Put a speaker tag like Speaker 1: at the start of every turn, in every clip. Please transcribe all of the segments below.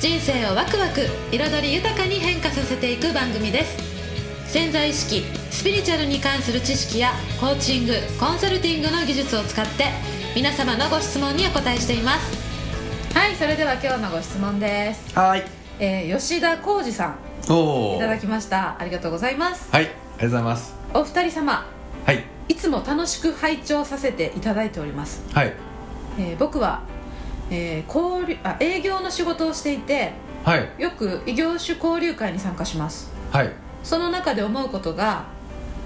Speaker 1: 人生をワクワク彩り豊かに変化させていく番組です潜在意識スピリチュアルに関する知識やコーチングコンサルティングの技術を使って皆様のご質問にお答えしていますはいそれでは今日のご質問です、
Speaker 2: はい
Speaker 1: え吉田浩二さん
Speaker 2: お
Speaker 1: い
Speaker 2: お
Speaker 1: ただき
Speaker 2: はい
Speaker 1: ましたありがとうございます
Speaker 2: ありがとうございます
Speaker 1: お二人様
Speaker 2: はい
Speaker 1: いつも楽しく拝聴させていただいております、
Speaker 2: はい
Speaker 1: えー僕は、えー交流あ営業の仕事をしていて
Speaker 2: はい
Speaker 1: よく異業種交流会に参加します
Speaker 2: はい
Speaker 1: その中で思うことが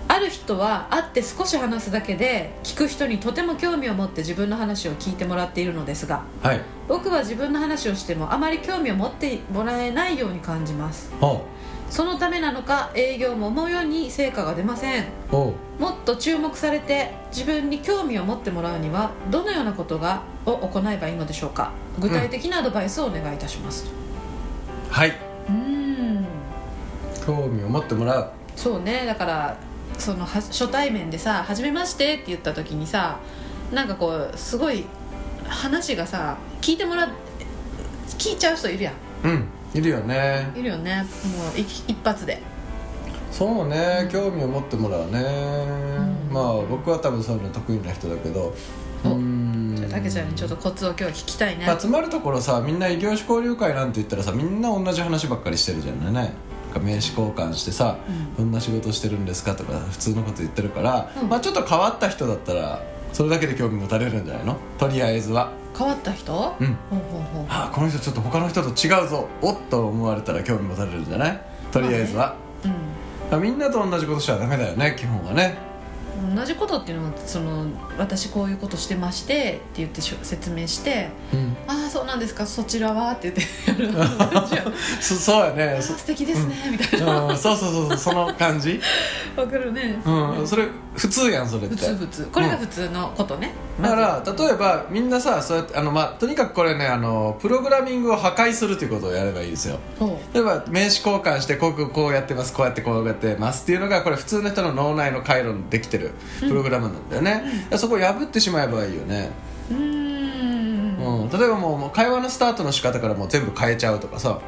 Speaker 1: ある人は会って少し話すだけで聞く人にとても興味を持って自分の話を聞いてもらっているのですが
Speaker 2: はい
Speaker 1: 僕は自分の話をしてもあまり興味を持ってもらえないように感じます
Speaker 2: お
Speaker 1: そのためなのか営業も思うように成果が出ません
Speaker 2: お
Speaker 1: もっと注目されて自分に興味を持ってもらうにはどのようなことがを行えばいいのでしょうか具体的なアドバイスをお願いいたします
Speaker 2: はい
Speaker 1: うん
Speaker 2: 興味を持ってもらう
Speaker 1: そうねだからそのは初対面でさ「はじめまして」って言った時にさなんかこうすごい話がさ聞いてもら聞いちゃう人いるやん
Speaker 2: うんいるよね
Speaker 1: いるよねもうい一発で
Speaker 2: そうね興味を持ってもらうね、
Speaker 1: うん
Speaker 2: まあ僕は多分そういうの得意な人だけど
Speaker 1: お
Speaker 2: ん
Speaker 1: じゃあたけちゃんにちょっとコツを今日は聞きたいね、
Speaker 2: まあ、つまるところさみんな異業種交流会なんて言ったらさみんな同じ話ばっかりしてるじゃないねなんか名刺交換してさ、
Speaker 1: うん
Speaker 2: どんな仕事してるんですかとか普通のこと言ってるから、
Speaker 1: うん
Speaker 2: まあ、ちょっと変わった人だったらそれだけで興味持たれるんじゃないのとりあえずは
Speaker 1: 変わった人ほ
Speaker 2: うん
Speaker 1: うほうほう
Speaker 2: ああこの人ちょっと他の人と違うぞおっと思われたら興味持たれるんじゃないとりあえずは、
Speaker 1: うん
Speaker 2: だからみんなと同じことしちゃダメだよね基本はね
Speaker 1: 同じことっていうのはその私こういうことしてましてって言ってしょ説明して
Speaker 2: うん
Speaker 1: 「ああそうなんですかそちらは?」って 言ってやるのと同じやん
Speaker 2: そそうや
Speaker 1: あ
Speaker 2: ね
Speaker 1: ー
Speaker 2: そ
Speaker 1: 素敵ですね、みたいな
Speaker 2: うん、そうそうそうそうその感じ、
Speaker 1: わかるね、
Speaker 2: うん、それ普通やんそれって
Speaker 1: 普通普通これが普通のことね、
Speaker 2: だから
Speaker 1: まず
Speaker 2: 例えばみんなさそうやってあの、まあ、とにかくこれねあのプログラミングを破壊するということをやればいいですよ
Speaker 1: ほ
Speaker 2: 例えば名刺交換してこうこうやってますこうやってこうやってますっていうのがこれ普通の人の脳内の回路にできてるプログラムなんだよね、だからそこを破ってしまえばいいよね、
Speaker 1: ううーんほ
Speaker 2: うん、例えばもうもう会話のスタートの仕方からもう全部変えちゃうとかさ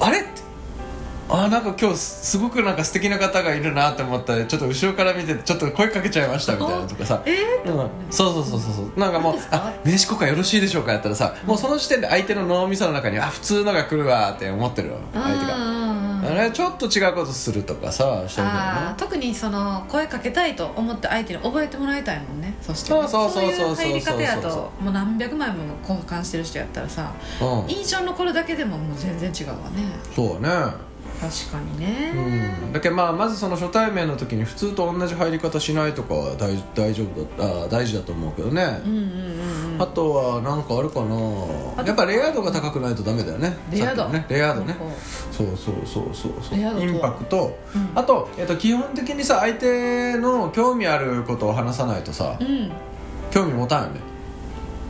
Speaker 2: あれってあーなんか今日すすごくなんか素敵な方がいるなって思ったらちょっと後ろから見てちょっと声かけちゃいましたみたいなのとかさ
Speaker 1: うえ
Speaker 2: うん、そうそうそうそうそうなんかもう
Speaker 1: 何で
Speaker 2: 「
Speaker 1: すか
Speaker 2: あ名刺交換よろしいでしょうか」やったらさもうその時点で相手の脳みその中に「あ普通のが来るわ」って思ってるわ
Speaker 1: ー、
Speaker 2: 相手が
Speaker 1: あ
Speaker 2: あれちょっと違うことするとかさしてるんだよ
Speaker 1: あー特にその声かけたいと思って相手に覚えてもらいたいもんねそして
Speaker 2: そうそうそうそうそう
Speaker 1: いう入り方やと
Speaker 2: そ
Speaker 1: もう何百枚も交換してる人やったらさ
Speaker 2: なうん
Speaker 1: 印象残るだけでももう全然違うわね
Speaker 2: そうね
Speaker 1: 確かにね
Speaker 2: うんだけどまあまずその初対面の時に普通と同じ入り方しないとかは大大丈夫だあー大事だと思うけどね
Speaker 1: うん、うんうんうん
Speaker 2: あとはなんかあるかな
Speaker 1: あと
Speaker 2: やっぱレイヤードが高くないとダメだよね
Speaker 1: レイヤー
Speaker 2: さっ
Speaker 1: ド
Speaker 2: きのねレイヤードね
Speaker 1: ほうほ
Speaker 2: そうそうそうそうそう
Speaker 1: レイヤードと
Speaker 2: イ
Speaker 1: は
Speaker 2: ンパクト、
Speaker 1: うん
Speaker 2: あと、えっと、基本的にさ相手の興味あることを話さないとさ、
Speaker 1: ううん
Speaker 2: 興味持たんよね、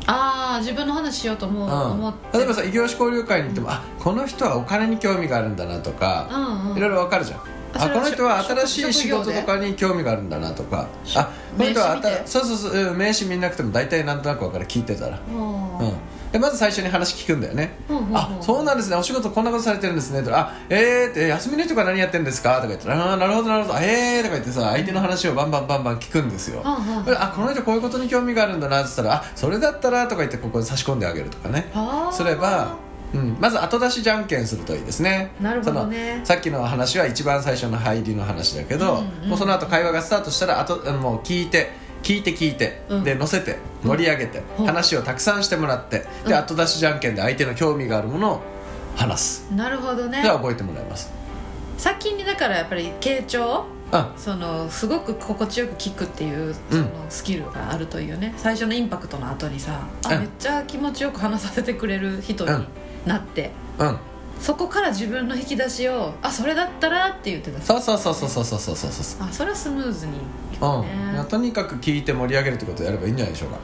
Speaker 1: ああ自分の話しようと思う、思っ
Speaker 2: うん、
Speaker 1: て
Speaker 2: 例えばさ異業種交流会に行っても、あこの人はお金に興味があるんだなと
Speaker 1: う
Speaker 2: か、
Speaker 1: んうん
Speaker 2: いろいろわかるじゃん
Speaker 1: あ
Speaker 2: あ
Speaker 1: それ
Speaker 2: こ
Speaker 1: は
Speaker 2: の人は
Speaker 1: 職
Speaker 2: 新しい仕事
Speaker 1: 職業
Speaker 2: と
Speaker 1: で
Speaker 2: かに興味があるんだなとかあこの人はあた
Speaker 1: 名刺見て
Speaker 2: そうそうそううん名刺見なくても大体なんとなくわかる聞いてたら、
Speaker 1: ほ
Speaker 2: うん、でまず最初に話聞くんだよね
Speaker 1: うほうほう
Speaker 2: あそうなんですねお仕事こんなことされてるんですねとかあえーって休みの日とか何やってるんですかとか言ったらあーなるほどなるほどえーとか言ってさ相手の話をバンバンバンバン聞くんですよ
Speaker 1: はんはん
Speaker 2: あこの人こういうことに興味があるんだなって言ったらあそれだったらとか言ってここに差し込んであげるとかね
Speaker 1: あー
Speaker 2: すれば、うん、まず後出しじゃんけんするといいですね
Speaker 1: なるほどね
Speaker 2: そのさっきの話は一番最初の入りの話だけど、
Speaker 1: うんうん
Speaker 2: もうその後会話がスタートしたらあともう聞いて聞いて聞いて、
Speaker 1: うん
Speaker 2: で乗せて盛り上げて、
Speaker 1: うん
Speaker 2: 話をたくさんしてもらって、
Speaker 1: う
Speaker 2: で
Speaker 1: ん
Speaker 2: 後出しじゃんけんで相手の興味があるものを話す、
Speaker 1: なるほどね
Speaker 2: では覚えてもらいます
Speaker 1: 先にだからやっぱり傾聴
Speaker 2: あ
Speaker 1: そのすごく心地よく聞くっていうそのスキルがあるというね、最初のインパクトの後にさ、あ
Speaker 2: うん
Speaker 1: めっちゃ気持ちよく話させてくれる人に
Speaker 2: うん
Speaker 1: なって
Speaker 2: うん
Speaker 1: そこから自分の引き出しをあそれだったらって言ってた
Speaker 2: そうそうそうそうそうそうそうそうそう
Speaker 1: あそれはスムーズにいく
Speaker 2: うんいや
Speaker 1: ね
Speaker 2: とにかく聞いて盛り上げるってことをやればいいんじゃないでしょうか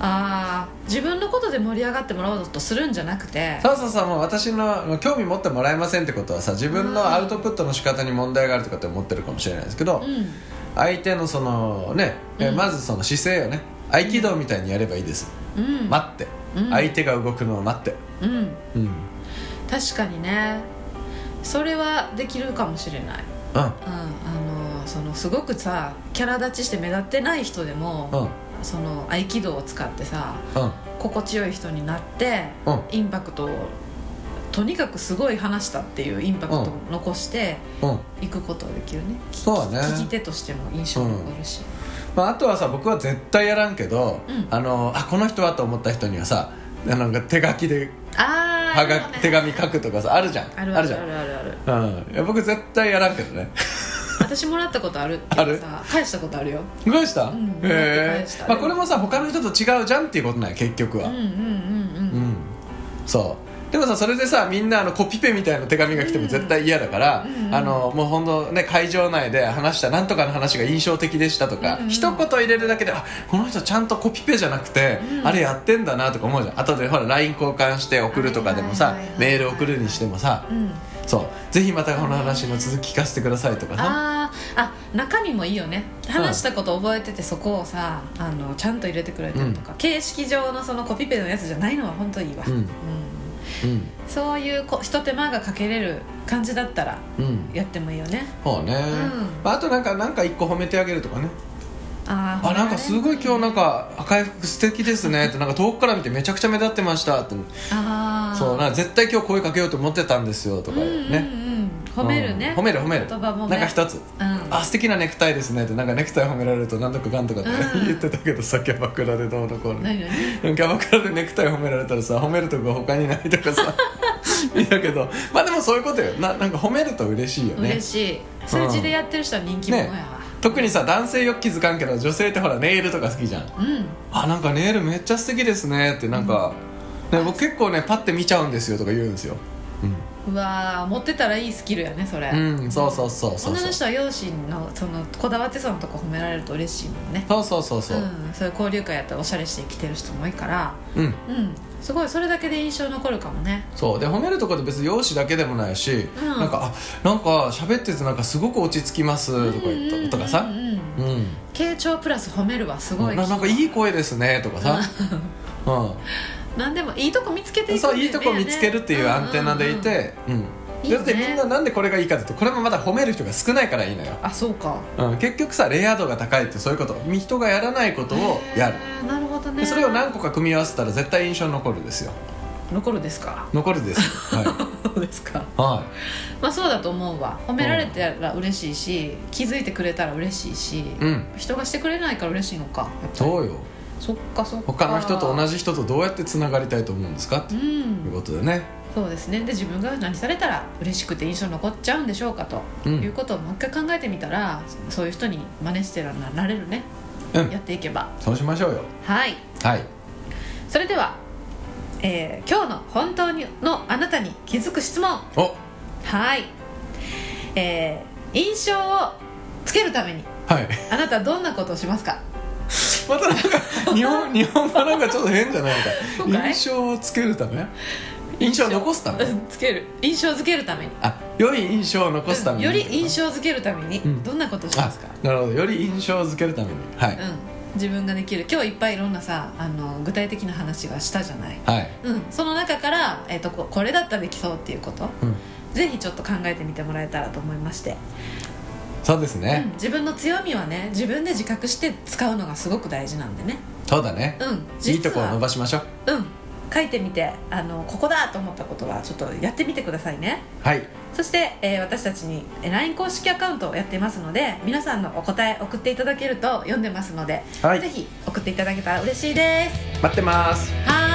Speaker 1: あー自分のことで盛り上がってもらおうとするんじゃなくて
Speaker 2: そうそうそうもう私の興味持ってもらえませんってことはさ自分のアウトプットの仕方に問題があるとかって思ってるかもしれないですけど、
Speaker 1: うん
Speaker 2: 相手のそのね、え
Speaker 1: うん
Speaker 2: まずその姿勢をね合気道みたいにやればいいです、
Speaker 1: うん、
Speaker 2: 待って、
Speaker 1: うん
Speaker 2: 相手が動くのを待って
Speaker 1: うん、
Speaker 2: うん、うん、
Speaker 1: 確かにねそれはできるかもしれない、
Speaker 2: うん
Speaker 1: うん、あのそのすごくさキャラ立ちして目立ってない人でも、
Speaker 2: うん
Speaker 1: その合気道を使ってさ
Speaker 2: うん
Speaker 1: 心地よい人になって
Speaker 2: うん
Speaker 1: インパクトをとにかくすごい話したっていうインパクトを残して
Speaker 2: うん
Speaker 1: いくことができるね、
Speaker 2: そうだね
Speaker 1: 聞き手としても印象に残るし、
Speaker 2: まあ、あとはさ僕は絶対やらんけど、
Speaker 1: うん
Speaker 2: あのあこの人はと思った人にはさあの手書きで
Speaker 1: ああ
Speaker 2: はが手紙書くとかさあるじゃん
Speaker 1: あるある
Speaker 2: じゃ
Speaker 1: あ
Speaker 2: ん
Speaker 1: るあるある
Speaker 2: うん、いや僕絶対やらんけどね
Speaker 1: 私もらったことあるっていうかさ返したことあるよ
Speaker 2: どうした、
Speaker 1: ん
Speaker 2: へ
Speaker 1: 返
Speaker 2: え
Speaker 1: した
Speaker 2: まあ、これもさ他の人と違うじゃんっていうことなんや結局
Speaker 1: うん
Speaker 2: は
Speaker 1: うんうん
Speaker 2: うん、そうでもさそれでさみんなあのコピペみたいな手紙が来ても絶対嫌だから、
Speaker 1: うんうん
Speaker 2: あのもうほんとね会場内で話したなんとかの話が印象的でしたとか、
Speaker 1: うんうん
Speaker 2: 一言入れるだけであこの人ちゃんとコピペじゃなくて、
Speaker 1: うん
Speaker 2: あれやってんだなとか思うじゃん後でほら LINE 交換して送るとかでもさ、
Speaker 1: はいはいはいはい
Speaker 2: メール送るにしてもさ
Speaker 1: うんうん
Speaker 2: そうぜひまたこの話の続き聞かせてくださいとかさ
Speaker 1: あーあ中身もいいよね話したこと覚えててそこをさあのちゃんと入れてくれてるとか、形式上のそのコピペのやつじゃないのは本当いいわ、
Speaker 2: うんうん
Speaker 1: そういうこひと手間がかけれる感じだったら
Speaker 2: うん
Speaker 1: やってもいいよね
Speaker 2: そうね、
Speaker 1: ん
Speaker 2: まあ、あとなんかなんか一個褒めてあげるとかね
Speaker 1: あー
Speaker 2: あなんかすごい今日なんか赤い服素敵ですねってなんか遠くから見てめちゃくちゃ目立ってましたって
Speaker 1: あー
Speaker 2: そうなんか絶対今日声かけようと思ってたんですよとか
Speaker 1: うんうんうん、
Speaker 2: ね、
Speaker 1: 褒めるね、
Speaker 2: うん褒める褒める
Speaker 1: 言葉もね
Speaker 2: なんか一つ
Speaker 1: うん
Speaker 2: あ素敵なネクタイですねってなんかネクタイ褒められるとなんとかかんとかって、
Speaker 1: うん
Speaker 2: 言ってたけどさキャバクラでどうのこうの
Speaker 1: 何何
Speaker 2: でもキャバクラでネクタイ褒められたらさ褒めるとこ他にないとか さいやけどまあでもそういうことよななんか褒めると嬉しいよね
Speaker 1: 嬉しい数字でやってる人は人気者やわ、
Speaker 2: 特にさ男性よく気づかんけど女性ってほらネイルとか好きじゃんあなんかネイルめっちゃ素敵ですねってなんか、ね、僕結構ねパッて見ちゃうんですよとか言うんですよ
Speaker 1: うんうわー持ってたらいいスキルやねそれ、
Speaker 2: うん、うん、そうそうそうそう
Speaker 1: 女の
Speaker 2: そう
Speaker 1: 人は容姿のそのこだわってそうなとこ褒められると嬉しいもんね
Speaker 2: そうそうそうそう
Speaker 1: うん、そういう交流会やったらおしゃれしてきてる人も多いから
Speaker 2: うん
Speaker 1: うんすごいそれだけで印象残るかもね
Speaker 2: そうで褒めるとこで別に容姿だけでもないし、
Speaker 1: うん
Speaker 2: なんかあなんか喋っててなんかすごく落ち着きますとか言った、
Speaker 1: うんうんうんうん
Speaker 2: とかさうん
Speaker 1: 傾聴プラス褒めるはすごい
Speaker 2: ななんかいい声ですねとかさ、うん
Speaker 1: 何でもいいとこ見つけていく
Speaker 2: そ
Speaker 1: ん
Speaker 2: う
Speaker 1: だよね
Speaker 2: いいとこ見つけるっていうアンテナでい
Speaker 1: うんうんうん
Speaker 2: て、うん
Speaker 1: いいね
Speaker 2: だってみんななんでこれがいいかっていうとこれもまだ褒める人が少ないからいいのよ、
Speaker 1: あそうか
Speaker 2: うん、結局さレイヤードが高いってそういうこと人がやらないことをやる、
Speaker 1: へーなるほどね
Speaker 2: でそれを何個か組み合わせたら絶対印象に残るですよ
Speaker 1: 残るです か
Speaker 2: 残る ですはい、
Speaker 1: そうですか
Speaker 2: は
Speaker 1: まあそうだと思うわ褒められたら嬉しいし気づいてくれたら嬉しいし、
Speaker 2: い、うん
Speaker 1: 人がしてくれないから嬉しいのかやっぱり
Speaker 2: そうよ
Speaker 1: そっかそっか
Speaker 2: 他の人と同じ人とどうやってつながりたいと思うんですかって
Speaker 1: う
Speaker 2: いうんことでね
Speaker 1: そうですねで自分が何されたら嬉しくて印象に残っちゃうんでしょうかと、
Speaker 2: うん
Speaker 1: いうことをもう一回考えてみたらそそういう人に真似してらななれるね、
Speaker 2: うん
Speaker 1: やっていけば
Speaker 2: そうしましょうよ
Speaker 1: はい
Speaker 2: はい
Speaker 1: それでは、えー今日の本当にのあなたに気づく質問
Speaker 2: お
Speaker 1: はいえー印象をつけるために
Speaker 2: はい
Speaker 1: あなたどんなことをしますか
Speaker 2: ま たなんか日本日本語なんかちょっと変じゃない
Speaker 1: そ
Speaker 2: か
Speaker 1: うかい
Speaker 2: 印象をつけるため印象を残すため
Speaker 1: うんつける印象づけるために
Speaker 2: あ良い印象を残すために
Speaker 1: より印象づけるために
Speaker 2: うん
Speaker 1: どんなことをしま
Speaker 2: あ
Speaker 1: すか、
Speaker 2: なるほどより印象づけるためにはい、
Speaker 1: うん、自分ができる今日いっぱいいろんなさあの具体的な話がしたじゃない、
Speaker 2: はい、
Speaker 1: うん、その中から、えっとここれだったらできそうっていうこと
Speaker 2: うん、
Speaker 1: ぜひちょっと考えてみてもらえたらと思いまして、
Speaker 2: そうですね、
Speaker 1: うん、自分の強みはね自分で自覚して使うのがすごく大事なんでね
Speaker 2: そうだね、
Speaker 1: うん
Speaker 2: いいとこを伸ば
Speaker 1: し
Speaker 2: しましょう
Speaker 1: うん書いてみてあのここだと思ったことはちょっとやってみてくださいね
Speaker 2: はい
Speaker 1: そして、えー私たちにえー LINE 公式アカウントをやっていますので皆さんのお答え送っていただけると読んでますので、
Speaker 2: はい
Speaker 1: ぜひ送っていただけたら嬉しいです
Speaker 2: 待ってます
Speaker 1: はーい